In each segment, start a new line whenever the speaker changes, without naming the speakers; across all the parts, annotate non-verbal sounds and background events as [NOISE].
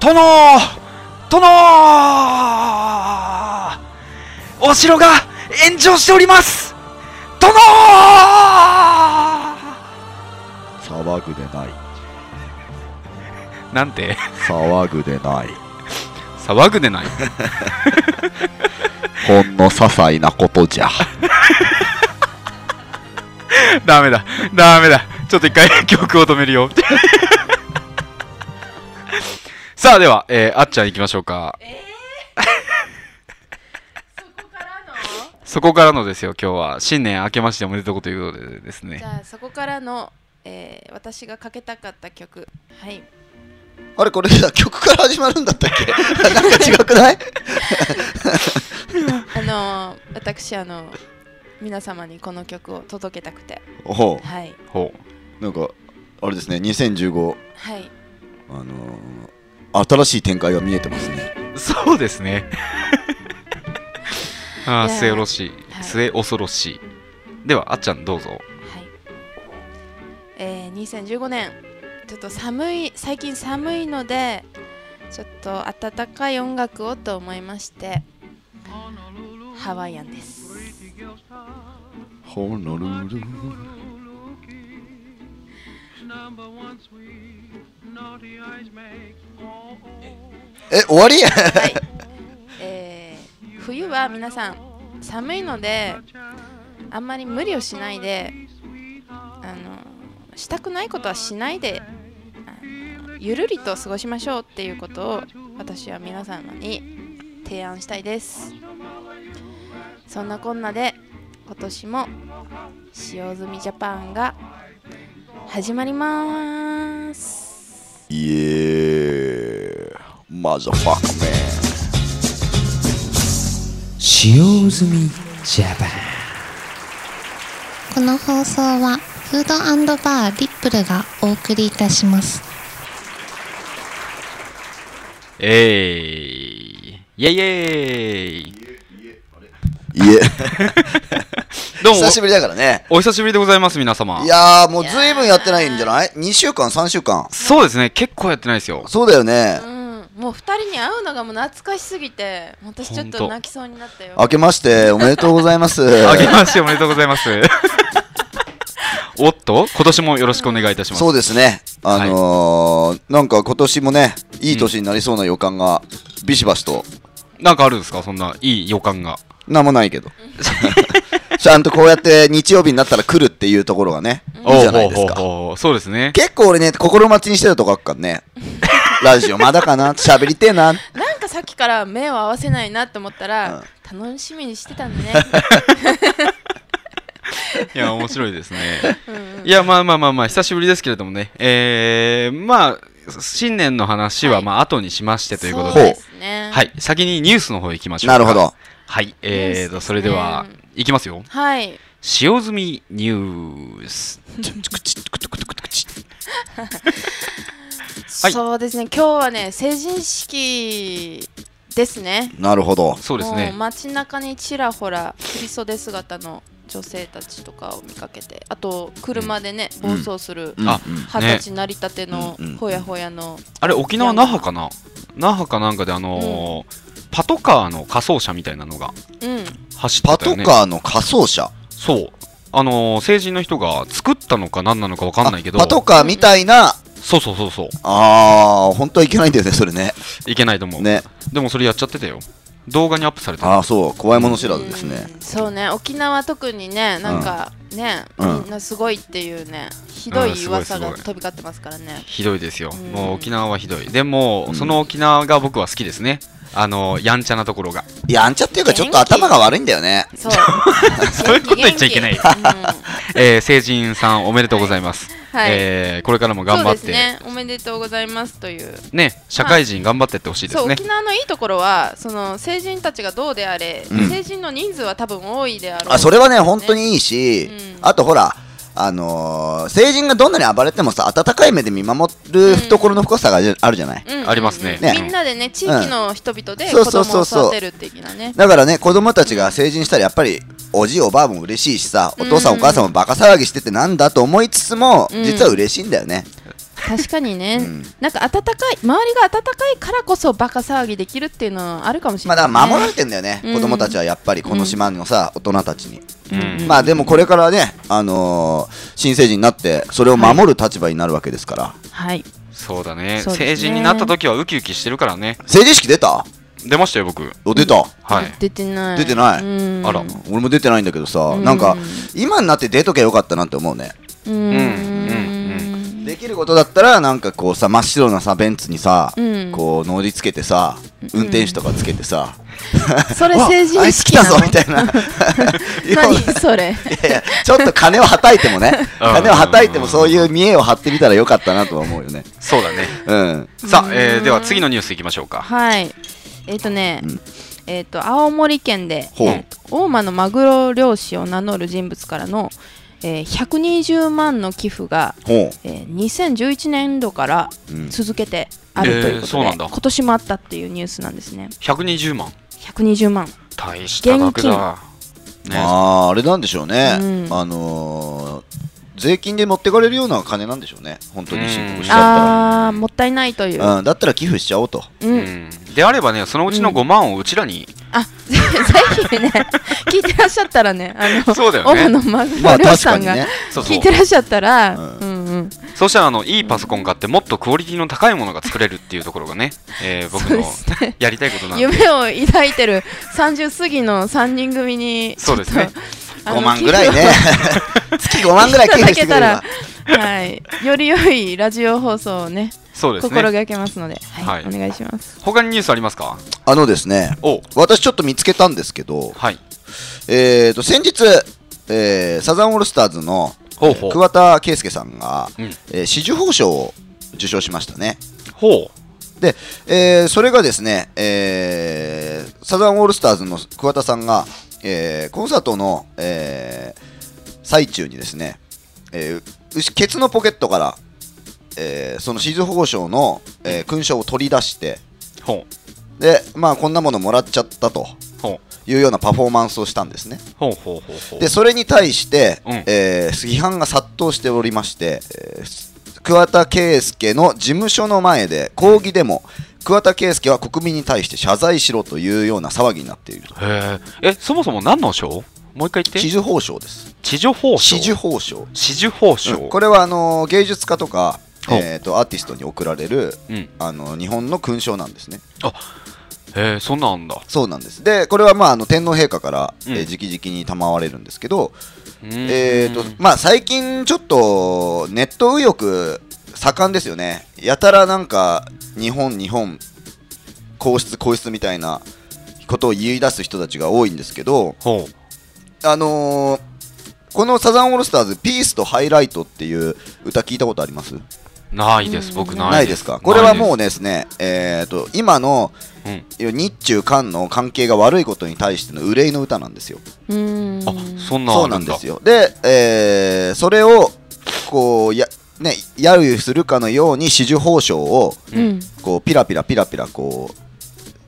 殿殿お城が炎上しております殿
騒ぐでない
なんて
騒ぐでない
騒ぐでない
ほんの些細なことじゃ
ダメだダメだちょっと一回 [LAUGHS] 曲を止めるよさあでは、えー、あっちゃん行きましょうか
えー、そこからの
そこからのですよ今日は新年明けましておめでとうということでですね
じゃあそこからの、えー、私がかけたかった曲はい
あれこれさ曲から始まるんだったっけなんか違くない
あのー、私あの皆様にこの曲を届けたくて
おう
はい
ほ
なんかあれですね2015
はい
あのー新しい展開が見えてますね
うそうですね [LAUGHS] ああ
いや
末恐ろしい、
はい
末恐ろしいではあっちゃんどうぞ
はい、えー、2015年ちょっと寒い最近寒いのでちょっと温かい音楽をと思いましてハワイアンです
ホノルルえ終わり
はい、えー冬は皆さん寒いのであんまり無理をしないであのしたくないことはしないであのゆるりと過ごしましょうっていうことを私は皆様に提案したいですそんなこんなで今年も使用済みジャパンが始まります
イエーマザファクメ
使用済みジャパン
この放送はフードバーリップルがお送りいたします
えいイエイイエイ
ンイエ
どうも
久しぶりだからね
お久しぶりでございます皆様
いやーもうずいぶんやってないんじゃない ?2 週間3週間
そうですね結構やってないですよ
そうだよね
うん、もう二人に会うのがもう懐かしすぎて私ちょっ
ほん
と
と
泣きそうになったよ
明けましておめでとうございます
あげましておめでとうございます [LAUGHS] おっと今年もよろしくお願いいたします
そうですねあのーなんか今年もねいい年になりそうな予感がビシバシと
なんかあるんですかそんないい予感が
なんもないけど [LAUGHS] ちゃんとこうやって日曜日になったら来るっていうところがねいいじゃないです
おう
か
ほうほうほうそうですね
結構俺ね心待ちにしてたとこあっからねラジオまだ
[LAUGHS]
かな喋りてえな
なんかさっきから目を合わせないなって思ったら、楽しみにしてたんだね
いや面白いですねいやまあまあまあまあ久しぶりですけれどもねえー、まあ新年の話は
はい
まあ後にしましてということ
そう
で、
ですね
はい先にニュースの方行きましょう
な
か
るほど
はいえーとそれでは
うん
行きますよ
はい
使用済みニュー
[LAUGHS]
スはい
そうですね今日はね成人式ですね
なるほど
そうです
もう
ね
街中にちらほら振り袖姿の女性たちとかを見かけてあと車でね、
うん
暴走する
うん
あ
うん
二十歳なりたての
うんうん
ほやほやの、
あれ沖縄那覇かな那覇かなんかであのーパトカーの仮装車みたいなのが
うん、
走って
パ
たよ
ト
ね
カーの仮装車
そうあのー成人の人が作ったのか何なのか分かんないけど
あパトカーみたいな
そうそうそうそう
あー本当はいけないんだよねそれね
いけないと思う、
ね
でもそれやっちゃってたよ動画にアップされた
ああそう怖いもの知らずですね
うんそうね沖縄特にねなんかね、
うん
みんなすごいっていうねひど
うん
い
すごい
噂
す
が
ごい
飛び交ってますからね
ひどいですよ、
うん
もう沖縄はひどいでも、
うん
その沖縄が僕は好きですねあのーやんちゃなところが
いやあんちゃっていうかちょっと頭が悪いんだよね
そう
[LAUGHS] そういうこと言っちゃいけない
元気元気うん
えー成人さんおめでとうございます、
はい、
えーこれからも頑張っ
そう
て
ですねおめでとうございますという
ね社会人頑張ってってほしいで
そ
す
う
ね
沖縄のいいところはその成人たちがどうであれ、
うん
成人の人数は多分多いであろう
あそれはね本当にいいし、
うん
あとほらあのー成人がどんなに暴れてもさ温かい目で見守る懐の深さがじゃあるじゃない、
うんうんうん
ありますね
ね
みんなでね地域の人々で
そ
子
うそう
供
そ
を
うそう
育てる的なね
だからね子供たちが成人したらやっぱりおじいおばあも嬉しいしさお父さん
う
お
ん
母さんもバカ騒ぎしててなんだと思いつつも、
うん
実は嬉しいんだよね
確かにね、
うん
なんか暖かい周りが暖かいからこそバカ騒ぎできるっていうのはあるかもしれ
まあ
な
だ
い、
か
ね、
ら守られてんだよね、
うん
子供たちはやっぱりこの島のさ、大人たちに、
うん
まあでもこれからね、あのー新成人になってそれを守る立場になるわけですから、
はい
そうだね
そうですね
成人になった時はウキウキしてるからね
成人式出た
出ましたよ僕
お出た、
はい
出てない
出てない
うん
あら
俺も出てないんだけどさ、
うん
なんか今になって出とけばよかったなって思うね
うん
うん
できることだったらなんかこうさ真っ白なさベンツにさ、
うん
こう乗りつけてさ運転手とかつけてさ、
それ
わ
成人
あいつ
式
来
な
た
の
ぞみたいな
[LAUGHS] 何それ
いやいやちょっと金をはたいてもね
うん
金をはたいてもそういう見栄を張ってみたらよかったなとは思うよね
そうだね
うん
さあ、えーでは次のニュースいきましょうか
はいえっ、とね、
うん
えっ、と青森県で
ほう、
大間のマグロ漁師を名乗る人物からの、えー120万の寄付が、
ほ
えー2011年度から
うん
続けてあるという
えー
こと
そう
で、
なんだ
今年もあったっていうニュースなんですね
120万
120万
大した額だ
う、
ね
あああれなんでしょうね、
うん
あのー税金で持ってかれるような金なんでしょうね本当に申告しちゃっ
あーもったいないとい
た
う、
ら、うん、だったら寄付しちゃおうと
うん
うんであればねそのうちの
うん
5万をうちらに、
あぜひね聞いてらっしゃったらねあの
そうだよね
大間のマグ
ま
ロ
あ
漁師
確
さ
か
ん
に
が、
ね
そう
聞
そ
いうてらっしゃったら、
うん
うんうん
そうしたらあのいいパソコン買ってもっとクオリティの高いものが作れるっていうところ
[LAUGHS]
がね、えー僕
そう
の
ですね
やりたいことなんで
夢を抱いてる30過ぎの3人組に
そうですね
5万ぐらい [LAUGHS] ね月5万ぐらい寄付してくれれば
はい、より良いラジオ放送をね
そうです
心
ね
がけますので、はい
はい
お願いします。
他にニュースありますか
あのですね
お
私ちょっと見つけたんですけど、
はい
えー、と先日、えーサザンオールスターズの
ほうほう
桑田佳祐さんが、
うん
えー紫綬褒章を受賞しましたね。
ほ
で、えーそれがですね、えーサザンオールスターズの桑田さんが、えーコンサートの、えー最中にですね、えーうしケツのポケットから、えーその紫綬褒章の、えー勲章を取り出して
うほ
で、まあ、こんなものもらっちゃったと
うほ
いうようなパフォーマンスをしたんですね。
うほうほうほうほう
でそれに対して、
うん
えー批判が殺到しておりまして、えー桑田佳祐の事務所の前で抗議デモ桑田佳祐は国民に対して謝罪しろというような騒ぎになっていると
へーえそもそも何の賞もう一回言って
紫綬褒章です
地上報賞
紫綬褒章
紫綬褒章、
うんこれはあのー芸術家とか、
ほう
えー、とアーティストに贈られる、
うん
あのー日本の勲章なんですね
へえそんなんあんだ
そうなんですでこれはまああの天皇陛下から、
うん
えー直々に賜れるんですけど、
うーん
えーとまあ、最近ちょっとネット右翼盛んですよねやたらなんか日本日本皇室皇室みたいなことを言い出す人たちが多いんですけど
ほう
あのーこのサザンオールスターズ「ピースとハイライト」っていう歌聞いたことあります
ないです僕ない
ないですかこれはも
う
うですねえーと今の
うん
日中韓の関係が悪いことに対しての憂いの歌なんですよ
うーん
あそんなん
そう
あ
な
る
ん
んだ
ですよ。で、えーそれをこうや、ね、揶揄するかのように紫綬褒章を
うん
こうピラピラピラピラこ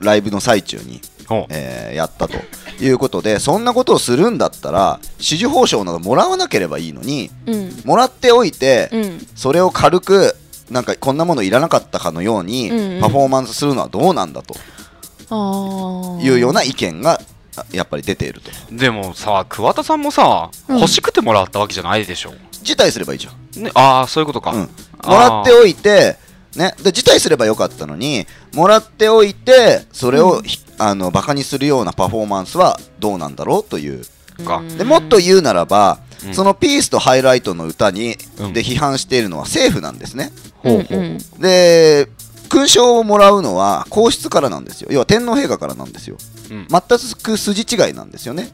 うライブの最中に、
ほう
えーやったということでそんなことをするんだったら紫綬褒章などもらわなければいいのに
うん
もらっておいて、
うん
それを軽くなんかこんなものいらなかったかのように
うんうん
パフォーマンスするのはどうなんだと
ああ
いうような意見があやっぱり出ていると
でもさ桑田さんもさ、
うん
欲しくてもらったわけじゃないでしょ、
辞退すればいいじゃん
ね、ああそういうことか、
うん、
あー
もらっておいて、ね、で辞退すればよかったのにもらっておいてそれをひ、あのバカにするようなパフォーマンスはどうなんだろうという
か
でもっと言うならば、
うん
そのピースとハイライトの歌に、
うん
で批判しているのは政府なんですね
ほうほう、
んん
で勲章をもらうのは皇室からなんですよ要は天皇陛下からなんですよ
うん
全く筋違いなんですよね、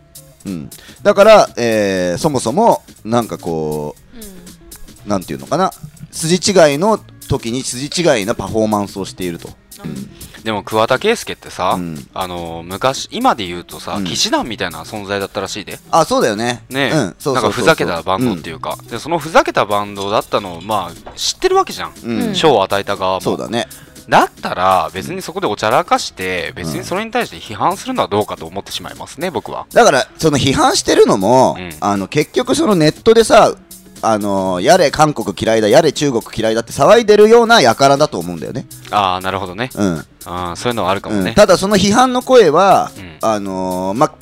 うん、だから、えーそもそもなんかこうなんていうのかな筋違いの時に筋違いなパフォーマンスをしていると、
でも桑田佳祐ってさ、
うん
あのー昔今で言うとさ、
うん
騎士団みたいな存在だったらしいで
あそうだよね
ね、
うん、そうそうそう
なんかふざけたバンドって
い
いうか、でそのふざけたバンドだったのをまあ知ってるわけじゃん、
うん、うん
ん
賞を与えた側も
そうだね
だったら別にそこでおちゃらかして別にそれに対して批判するのはどうかと思ってしまいますね僕は
だからその批判してるのも、
うん
あの結局そのネットでさあのーやれ韓国嫌いだ、やれ中国嫌いだって騒いでるような輩だと思うんだよね。
ああなるほどね
うん。
あーそういうのはあるかも
うん
ね、
ただその批判の声は、
うん
あのーま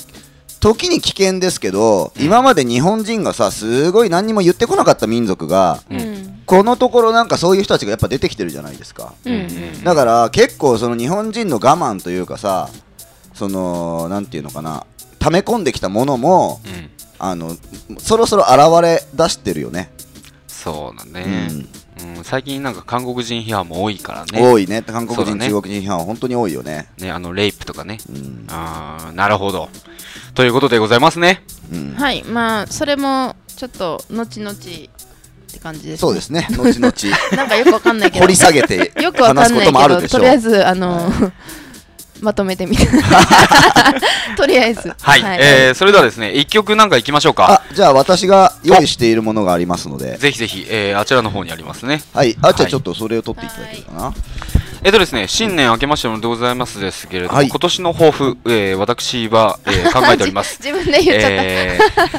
時に危険ですけど、今まで日本人がさすごい何にも言ってこなかった民族が、
うん
うん
このところなんかそういう人たちがやっぱ出てきてるじゃないですか、
うん
だから結構その日本人の我慢というかさそのなんていうのかな溜め込んできたものも
うん
あのそろそろ現れ出してるよね、
そうだね、うん最近なんか韓国人批判も多いから
うん
ね
多いね韓国
そうだ
人、
ね
中国人批判は本当に多いよね
ねあのレイプとかね
うん、
ああなるほどということでございますね
うん
はいまあそれもちょっと後々って感じです、
そうです
[LAUGHS]
ね後々
なんかよくわかんないけど
掘り下げて
よくわかんな
話
い
す
け
こ
ど
ともあるでしょ
とりあえずあのまとめてみた
[LAUGHS]
とりあえず
はい、えーそれではですね1曲なんかいきましょうか
あじゃあ私が用意しているものがありますので
ぜひぜひ、えーあちらの方にありますね
はいあじ
は
ゃあ
い
ちょっとそれを取っていただけるかな
えっとですね、新年明けましておめでとうございますですけれども、
はい
今年の抱負、えー私は、えー
[LAUGHS]
考えております。
[LAUGHS] 自分で言っちゃっ
えー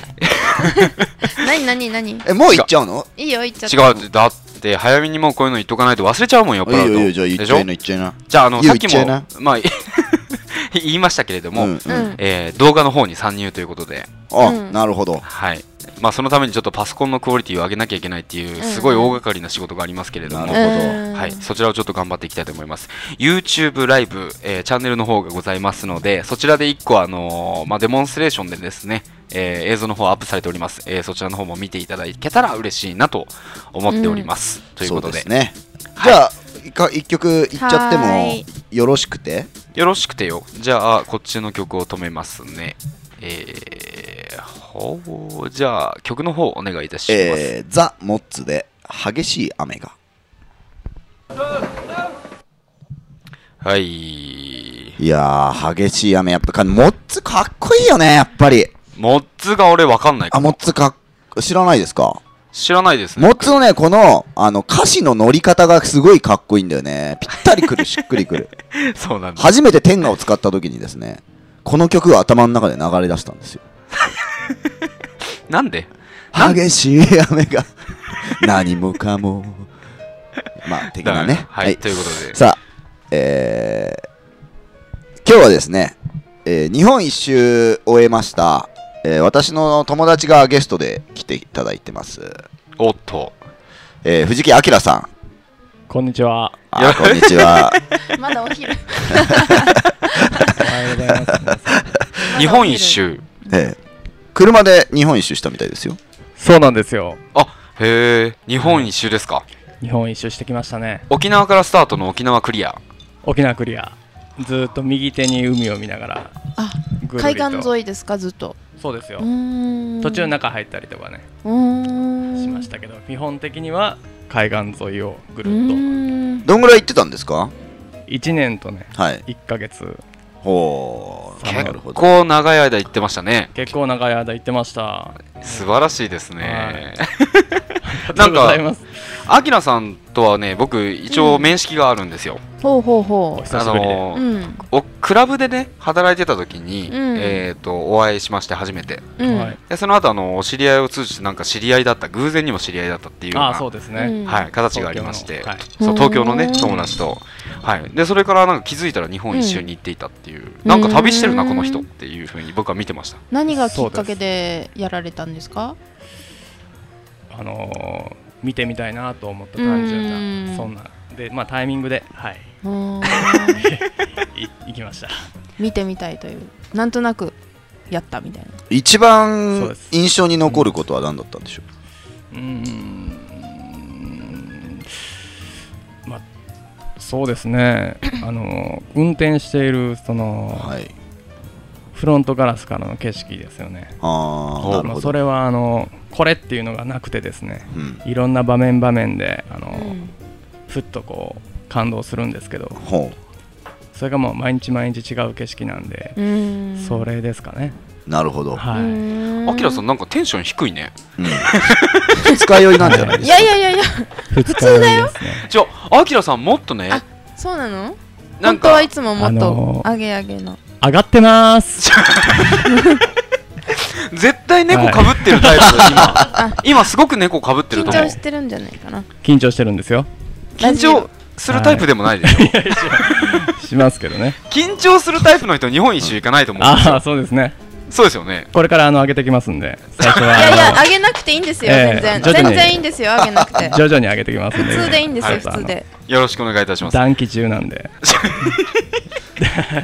た、何何何
えもう行っちゃうの
いいよ言っちゃった
違う、だって早めにもうこういうの言っとかないと忘れちゃうもんよ、酔っ
いい
払う
よ
と
いいよじゃ
でし
あ行っちゃ
ょ
いな行っちゃいな
じゃあ、あの、
いい
さ
よ
っき
言っちゃい
も
な、
まあ、 [LAUGHS] 言いましたけれども、
うんうん
うん
えー動画の方に参入ということで、
あ
うん
なるほど
はい。まあ、そのためにちょっとパソコンのクオリティを上げなきゃいけないっていう、
ん
すごい大掛かりな仕事がありますけれども、
なるほど
うん
はい、そちらをちょっと頑張っていきたいと思います。YouTube ライブ、えーチャンネルの方がございますので、そちらで1個、あのーまあ、デモンストレーションでですね、えー映像の方アップされております、えーそちらの方も見ていただけたら嬉しいなと思っております。という
そ
こ
う
と
で
で、
すねじゃあ一回一曲行っちゃって
は
も
ーい
よろしくて
よろしくてよ。じゃあ、こっちの曲を止めますね。えー、ほう、じゃあ、曲の方お願いいたします。
えーザ・モッツで激しい雨が
はい。
いやー激しい雨やっぱかモッツかっこいいよねやっぱり
モッツが俺わかんないか
あ
も
モッツかっ知らないですか
知らないですね。
モッツのねこのあの歌詞の乗り方がすごいかっこいいんだよねぴったりく
[LAUGHS]
るしっくりくる
そうなんだ。
初めて天下を使った時にですねこの曲が頭の中で流れ出したんですよ
なんでなん
激しい雨が [LAUGHS] 何もかもまあ的な
だ
ね
からはい、ということで。
さあえー今日はですね、えー日本一周終えました、えー私の友達がゲストで来ていただいてます、
おっと。
えー藤木明さん
こんにちは。
あーこんに
[LAUGHS]
ちは
まだ
[LAUGHS]
お昼
おはようございます皆さん。
日本一周。
ええ車で日本一周したみたいですよ。
そうなんですよ。
あ、へえ。日本一周ですか。
日本一周してきましたね。
沖縄からスタートの沖縄クリア。
沖縄クリア。ずーっと右手に海を見ながら。
あ
ぐるり
海
と
岸沿いですかずっと
そうですよ。
途
途中中入ったりとかね、しましたけど、基本的には海岸沿いをぐ
う
るっ
ーん
どんぐらい行ってたんですか
と。1年とね、
はい。
1ヶ月。
ほう。
な
結
る
構長い間行ってましたね。
結構長い間行ってました。
素晴らしいですね。
あ
なん
りが
か
とうございます。
アキラさんとはね、僕、一応面識があるんですよ。
ほうほう
お
ほ
久
あ
しぶりで。
の
うう
ー
ん
おクラブでね、働いてた時に、
うん
えっと、お会いしまして、初めて。
うん
はい、
で、その後、あの、お知り合いを通じて、なんか知り合いだった、偶然にも知り合いだったっていうよう
あ
な
あ、そうです
う
ね。
ん
はい、形がありまして、
東
そう東京の
う
ね
ん
友達と、はい、でそれからなんか気づいたら日本一周に行っていたっていう、なんか旅してるな
うん
この人っていうふうに僕は見てました
何がきっかけでやられたんですか
あのー見てみたいなと思った単純
うん
な、そんな。で、まあタイミングで、はい、
うーん
い行きました。
見てみたいというなんとなくやったみたい
[LAUGHS]
な
一
そう
番
です
印象に残ることは何だったんでしょ
うーんまあそうで
[COUGHS]
すねあの運転しているその、
うはい。
フロントガラスからの景色ですよね
あ
お
あ、なる
ま
ほ
あ
ど。
それはあのこれっていうのがなくてですね
うん。
いろんな場面場面であの、
うん
ふっとこう感動するんですけど
ほ
それがもう毎日毎日違う景色なんで、
うーん
それですかね、
う。なるほど。
はい、
アキラさ
ん
んなんかテンション低いね
うん。 [LAUGHS] 二日酔いなんじゃないで
い
すか
やいやいやいや
普通だよですね
じゃあアキラさんもっとね
あそうなの
なん
本当
か
はいつももっ
あの
と
ー
あげあげの
上がってます
絶対猫かぶってるタイプ、今今すごく猫かぶってる
緊
と思う
張してるんじゃないかな
緊張してるんですよ。 [LAUGHS]
緊張するタイプでもないでしょ、
しますけどね。
緊張するタイプの人日本一周行かないと思う、
ああ、そうですね。
そうですよね
これからあの上げてきますんで、最初は。
いやいや
あ
あげなくていいんですよ、
ええ
全
徐
然
々に
全然いいんですよあげなくて
の徐々に上げてきますんで。
普通でいいんですよ
ちょっと
普
あの
通。で
よろしくお願いいたします
短期中なんで。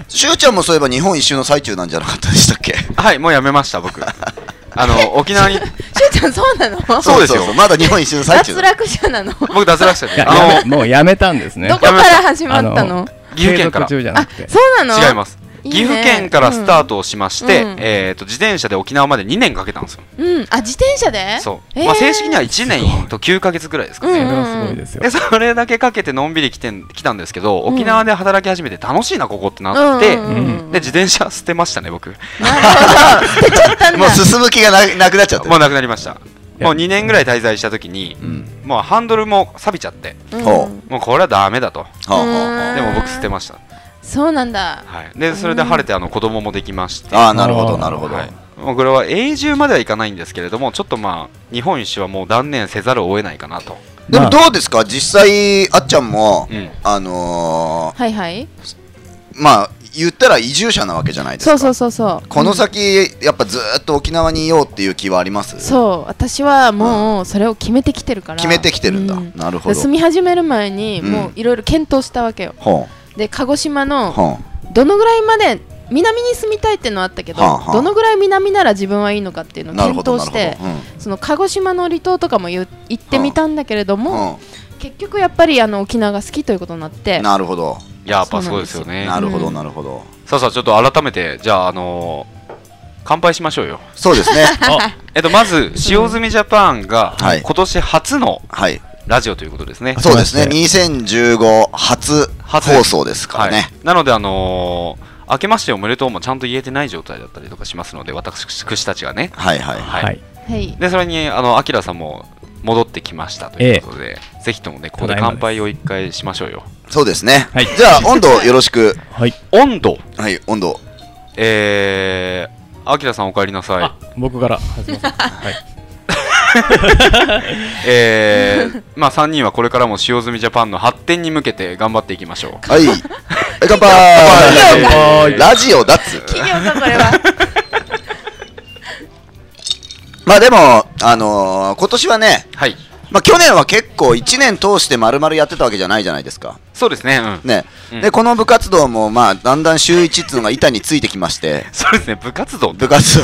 しゅうちゃんもそういえば日本一周の最中なんじゃなかったでした [LAUGHS] っけ
[LAUGHS] はいもうやめました僕あ
[LAUGHS]
の沖縄に
しゅうちゃんそうなの
そうですよ
まだ日本一周の最中
[LAUGHS] 脱落者
[LAUGHS]
なのどこ
僕脱落したん
い
で
や
あ
やめもうやめたんですね。
から始まった
の
の
岐阜県から
継続中じゃな
あ
くて。
そうなの
違います
いいね
岐阜県からスタートをしまして、
うんうん
えー、と自転車で沖縄まで2年かけたんですよ、
うんあ自転車で
そう、
えー
まあ、正式には1年と9か月ぐらいですかね、
う
そ
ん
れはすごいですよ
で。それだけかけてのんびり来てん来たんですけど沖縄で働き始めて楽しいなここってなって、
うんうんうん
で自転車捨てましたね僕
[LAUGHS]
なるほど捨てちゃったんだ
もう進む気がななくなっちゃって
もうなくなりました
や
もう2年ぐらい滞在した時に、
うん
もうハンドルも錆びちゃって
うん
ほう
もうこれはダメだと
はあはあはあ
でも僕捨てました、
そうなんだ
はい、でそれで晴れてあの子供もできまして
ああ、なるほど、なるほど。
はい、もうこれは永住まではいかないんですけれどもちょっとまあ日本一周はもう断念せざるを得ないかなと、
で
ま
も
あ
どうですか、実際、あっちゃんも、
うん
あの
はいはい
ーまあ、言ったら移住者なわけじゃないです
そ
か。
うそうそうそう
この先、やっぱずーっと沖縄にいようっていう気はあります
そう私はもうそれを決めてきてるから
決めてきてるんだ。
う
なるほ
で
ど
住。み始める前に
うん
もういろいろ検討したわけよ
ほ
で鹿児島
う
の
ほう
どのぐらいまで南に住みたいってのはあったけど、
はあはあ
どのぐらい南なら自分はいいのかっていうのを
なるほ
検
ど、
討
なるほど。
して
うん
その鹿児島の離島とかも言う行ってみたんだけれども、
うん
結局やっぱりあの沖縄が好きということになって
なるほど、
やっぱそうですよね
なるほ
う
ど、
ん
なるほど。
さあさあちょっと改めてじゃああのー乾杯しましょうよ
そうですね。
えっとまず使用済みジャパンが
はい
今年初の
はい。
ラジオということですね、
そうですね。
明
2015初
初
放送ですから
はい
ね。、
なのであのー明けましておめでとうもちゃんと言えてない状態だったりとかしますので私たちがね
はいはい。
はい、
はい。
はい、
でそれにあのアキラさんも戻ってきましたということで、ぜひともねここで
ただい
乾
まです
杯を一回しましょうよ
そうですね。
はい
じゃあ、温度よろしく。
はい。
温度
はい、温度。
えー、アキラさんお帰りなさい
あ、僕から始めます。はい。
えー、 [LAUGHS] まあ3人はこれからも使用済みジャパンの発展に向けて頑張っていきましょ
はい。はい乾
乾
杯
杯
ラジオだっつう。
企業かこれは
まあでも、あのー今年はね、
うはい
まあ去年は結構1年通して丸々やってたわけじゃないじゃないですか。
そうですねうん
ね。
うん
で、この部活動も、まあ、だんだん週1っつうのが板についてきまして、
そうですね部活動
部活動、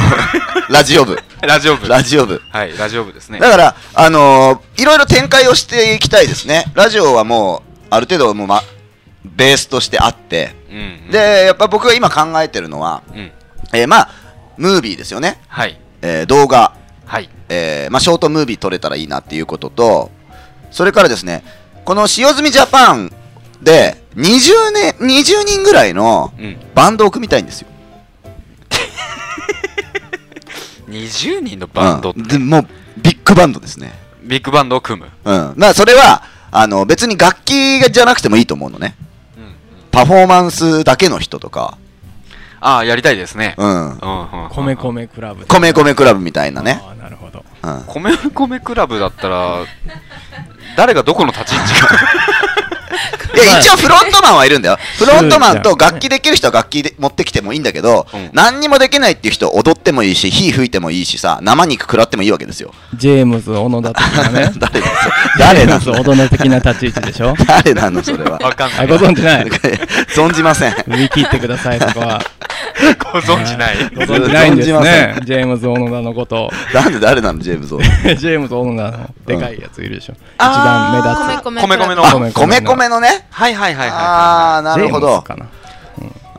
ラジオ部、
ラジオ部
ラジオ部。
はいラジオ部ですね
だから、あのーいろいろ展開をしていきたいですね。ラジオはもう、ある程度、もう、ま、ベースとしてあって、
うんうん
で、やっぱ僕が今考えてるのは、
うん
えーまあ、ムービーですよね。
はい
えー動画。
はい
えーまあ、ショートムービー撮れたらいいなっていうことと、それからですね、この使用済みジャパンで20年、20人ぐらいの
うん
バンドを組みたいんですよ。
20人のバンド、
うんでもうビッグバンドですね。
ビッグバンドを組む、
うん。まあ、それは、あの、別に楽器じゃなくてもいいと思うのね。パフォーマンスだけの人とか、
ああやりたいですね、
うん。
うんうんうん、
米米クラブ。
米米クラブみたいなね。
ああ、なるほど。
うん。
米米クラブだったら誰がどこの立ち位置か
いや、一応フロントマンはいるん
[LAUGHS]
だよ。フロントマンと楽器できる人は楽器で持ってきてもいいんだけど、
うん
何にもできないっていう人は踊ってもいいし、火吹いてもいいしさ、生肉食らってもいいわけですよ。。
ジェームズ小野田的なね
誰です誰な
ジェーム
の
ズ小野的な立ち位置でしょ
誰なのそれは。
わかんな
あ、
い
ご存知ない。
[LAUGHS] 存じま
[LAUGHS]
せん。
見切ってください、そこは。
[LAUGHS] ご存知ない
ご存じないんで
存
す
じま
ね
せ。
ジェームズ小野田のこと。
なんで誰なのジェームズを。
[LAUGHS] ジェームズ小野田のでかいやついるでしょ。一番目
あ
立
ー
つ。
米
米米の
あ
はい
米
米米のね。
はいはいはい
あー、なるほ
ジェームズ
ど。
かな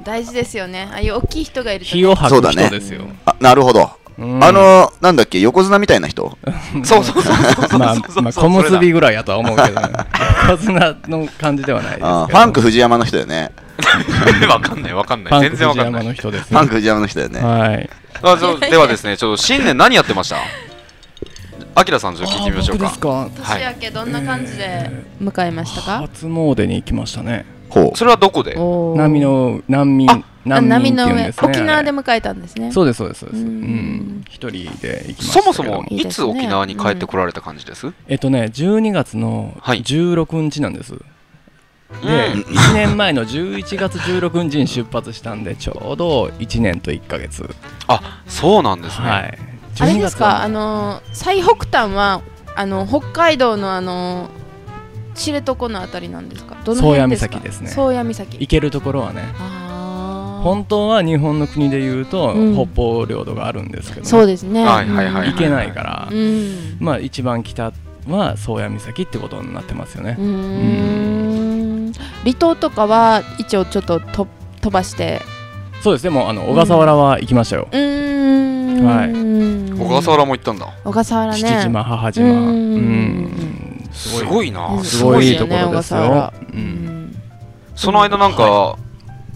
大事ですよねああいう大きい人がいると
火を吐く人ですよ。
あなるほど。
うん
あ、の、なんだっけ、横綱みたいな人
そうそうそうそうそう
まあ
そうそう、
まあ、
そう
小
それだ
結びぐらいやとは思うけどね。横綱の感じではないですけど。 [LAUGHS]
あーファンク藤山の人だよね。
わかんないわかん
ファ
ない
ンク
全然わ
藤
かんな
山
い
の人です
フ
ね
ァンク藤山の人だよね。
はい。
あそうではですねちょっと新年何やってましたあきらさんちょっと聞いてみましょう
あ
か
僕ですか。
はい
年明けどんな感じで迎えましたか、
初詣に行きましたね。
ほう。
それはどこで
おー
難民の難民
あ
難民っ
波
てい
の
うん
上、
ですね
沖縄で
あれ
迎えたんですね。
そうですそうですそうです
う
うんん一人で行き
そ
ましたけど
もそもいつ沖縄に帰ってこられた感じです、
えっとね12月の
はい
16日なんです、
う
で
ん
1年前の11月16日に出発したんでちょうど1年と1ヶ月
あそうなんですね、
はい
あれ
12
です
月は
か、あの最北端はあの北海道のあの知床のあたりなんですか。どの辺ですか。
宗谷岬ですね
宗谷岬。
行けるところはね
ああ。
本当は日本の国でいうと、
うん
北方領土があるんですけどね、
そうですね。
はいはいはい
行けないから、
うん。
まあ一番北は宗谷岬ってことになってますよね
う、ーん。離島とかは一応ちょっとと飛ばして。
そうですでもあの小笠原は行きましたよ、
うーん。
はい
小笠原も行ったんだ
小笠原ね。
父島母島
うん
うん
すごい
うん
な
すごいいいとこ
そう
ろで
です
す
よね小笠
よ
原。
う
うんん。
その間なんか、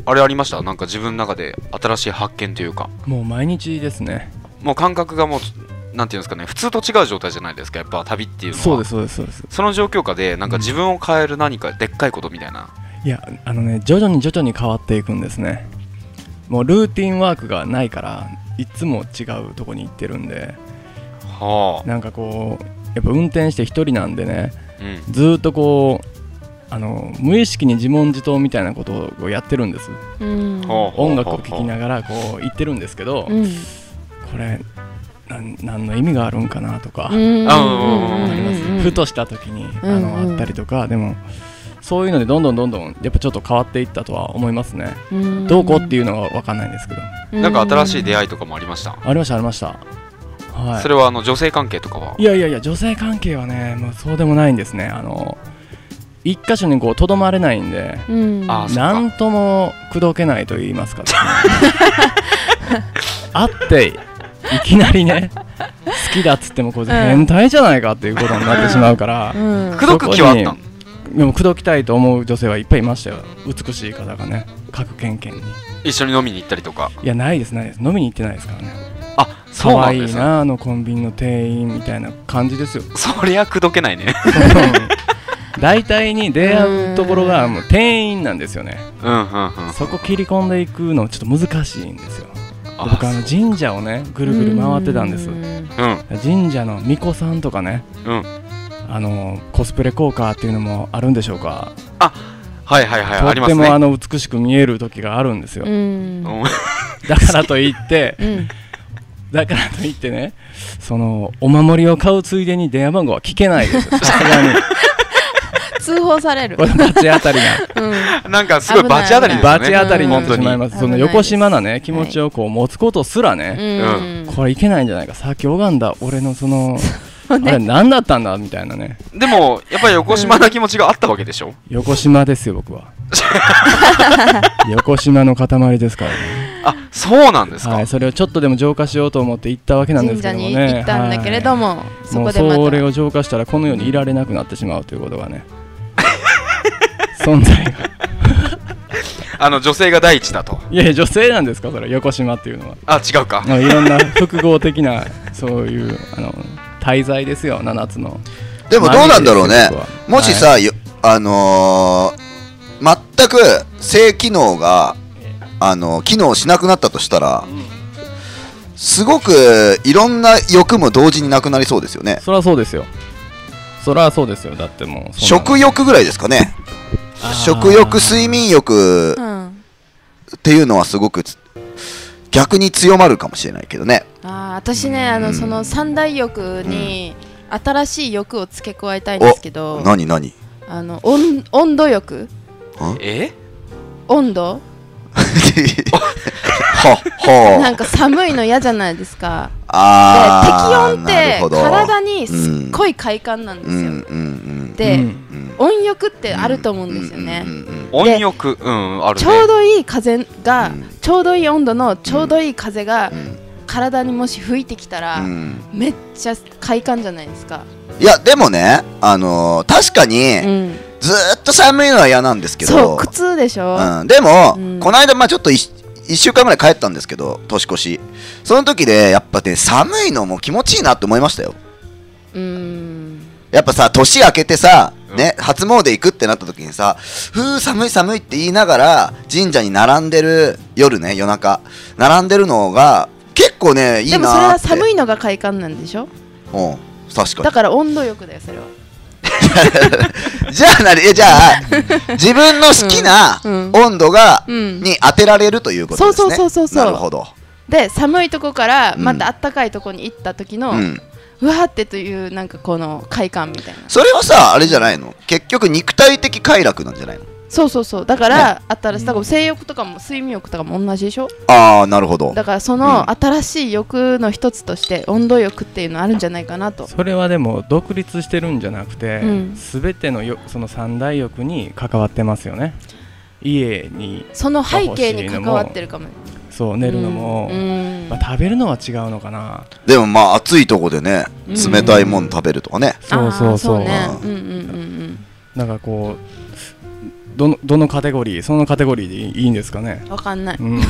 あれありましたなんか自分の中で新しい発見というか
もう毎日ですね。
もう感覚がもうなんていうんですかね普通と違う状態じゃないですかやっぱ旅っていうのは
そうですそうですそうです。
その状況下でなんか自分を変える何かでっかいことみたいな、
いやあのね徐々に徐々に変わっていくんですね。もうルーティンワークがないからいつも違うとこに行ってるんで
は
なんかこうやっぱ運転して一人なんでね
あ、うん、
ずーっとこう。あの無意識に自問自答みたいなことをやってるんです
うん。
はあ
音楽を聴き
は
ながらこう言ってるんですけど、
うん。
これなん何の意味があるんかなとか、
うん
あ
あります
うんうんうん
ふとした時にあ
うんうん
のあったりとかでもそういうのでどんどんどんどんやっぱちょっと変わっていったとは思いますねどうこうっていうのは分かんないんですけどあ
あなんか新しい出
会
会いとかもありました、
りましたありましたは
それはあの女性関係とかはい
いやいやいや女性関係はねもうそうでもないんですねあの一箇所にこうとどまれないんで
い、うん、
あそっか
なんとも口説けないと言いますか
[LAUGHS]
ですね会っていきなりね好きだっつってもこう変態じゃないかっていうことになってしまうから
うん
口説く気はあったの
でも口説きたいと思う女性はいっぱいいましたよ美しい方がね各県県に
一緒に飲みに行ったりとか
いやないですないです飲みに行ってないですからね
あそう
可
な
愛
ん
い
ですね
なあのコンビニの店員みたいな感じですよ
そりゃ口説けないね
[LAUGHS] 大体に出会うところがもう店員なんですよね
うんうんうん
そこ切り込んでいくのちょっと難しいんですよで
あ
僕あの神社をねぐるぐる回ってたんです
う
う
ん
ん
神社の巫女さんとかね
うん
あのコスプレ効果っていうのもあるんでしょうか、
はいはいはいありま
とって
す
も
ね
あの美しく見える時があるんですよ、
うん
うん
だからといって [LAUGHS]
うん
だからといってねそのお守りを買うついでに電話番号は聞けないですさすがに
通報される
[LAUGHS] こ、のバチ当たりが
うん、
なんかすごいバチ当たりですよね
バチ当たりになってしまいます
うん
その横島なね気持ちをこう持つことすらね、
うん
これいけないんじゃないかさっき拝んだ俺のそのあれ何だったんだみたいなね
でもやっぱり横島な気持ちがあったわけでしょ、
横島ですよ
[LAUGHS]
僕は横島の塊ですからね、
あそうなんですか、
はい、それをちょっとでも浄化しようと思って行ったわけなんで
神
すけ
社
ども
に
ね
行ったんだけれども、そ
も
こ
う
でまた
それを浄化したらこの世にいられなくなってしまうというこ
[LAUGHS]
とがね存在が
あの女性が第一だと
いやいや女性なんですかそれ横島っていうのは
あ違うか
あのいろんな複合的なそういうあの滞在ですよ7つの
でもどうなんだろうね
マジですよ僕は
もしさ、よあのー全く性機能が、あのー機能しなくなったとしたら、すごくいろんな欲も同時になくなりそうですよね。
そりゃそうですよそりゃそうですよだってもうそんな
食欲ぐらいですかね。
あー
食欲、睡眠欲
うん、
っていうのはすごくつ逆に強まるかもしれないけどね。
あー私ねあ
う
の
ん
その三大欲に新しい欲を付け加えたいんですけど
何
[LAUGHS]
何
あの温温度欲
え
温度
は、
なん
は
か寒いの嫌じゃないですかで適
あー。
温って体にすっごい快感なんで
う
すよ、
んうん
う
で、
ん
うんうん。
温浴ってあると思うんですよね、
うんうんうんうん
温浴うんあるね
ちょうどいい風が、
うん
ちょうどいい温度のちょうどいい風が
うん
体にもし吹いてきたら、
うん
めっちゃ快感じゃないですか。
いやでもね、あのー確かに
うん、
ずーっと寒いのは嫌なんですけ
そう
ど、
苦痛でしょ。
うん、でも、
うん
この間、まあ、ちょっと 1, 週間ぐらい帰ったんですけど年越しその時でやっぱね寒いのも気持ちいいなって思いましたよ
うん。
やっぱさ年明けてさ
うん
ね、初詣行くってなった時にさ、ふー寒い寒いって言いながら、神社に並んでる、夜ね、夜中、並んでるのが、結構ね、いい
で
なーって。
もそれは寒いのが快感なんでしょ
うん、確かに
だ。から温度浴だよそれは
[LAUGHS] じゃあなにえじゃあ自分の好きな
うん
温度が、
うん
に当てられるということですね。
そうそうそうそうそう
なるほど。
で寒いとこから
うん
また暖かいとこに行った時の、う
うん。
わーってというなんかこの快感みたいな
それはさあれじゃないの？結局肉体的快楽なんじゃないの？
そうそうそうだから新しいだから性欲とかも睡眠欲とかも同じでしょ
ああなるほど。
だからそうの
ん
新しい欲の一つとして温度欲っていうのあるんじゃないかなと
それはでも独立してるんじゃなくて、
うん
すべてのよその三大欲に関わってますよね家に
その背景に関わってるかも
そう寝るのも、
うんうん
まあ、食べるのは違うのかな
でもまあ暑いとこでね
うん
冷たいもん食べるとかね。
そうそうそう
あーね
う
うんうんうん
なんかこうどのどのカテゴリーそのカテゴリーでいいいいんですかね
うんわかんない
うん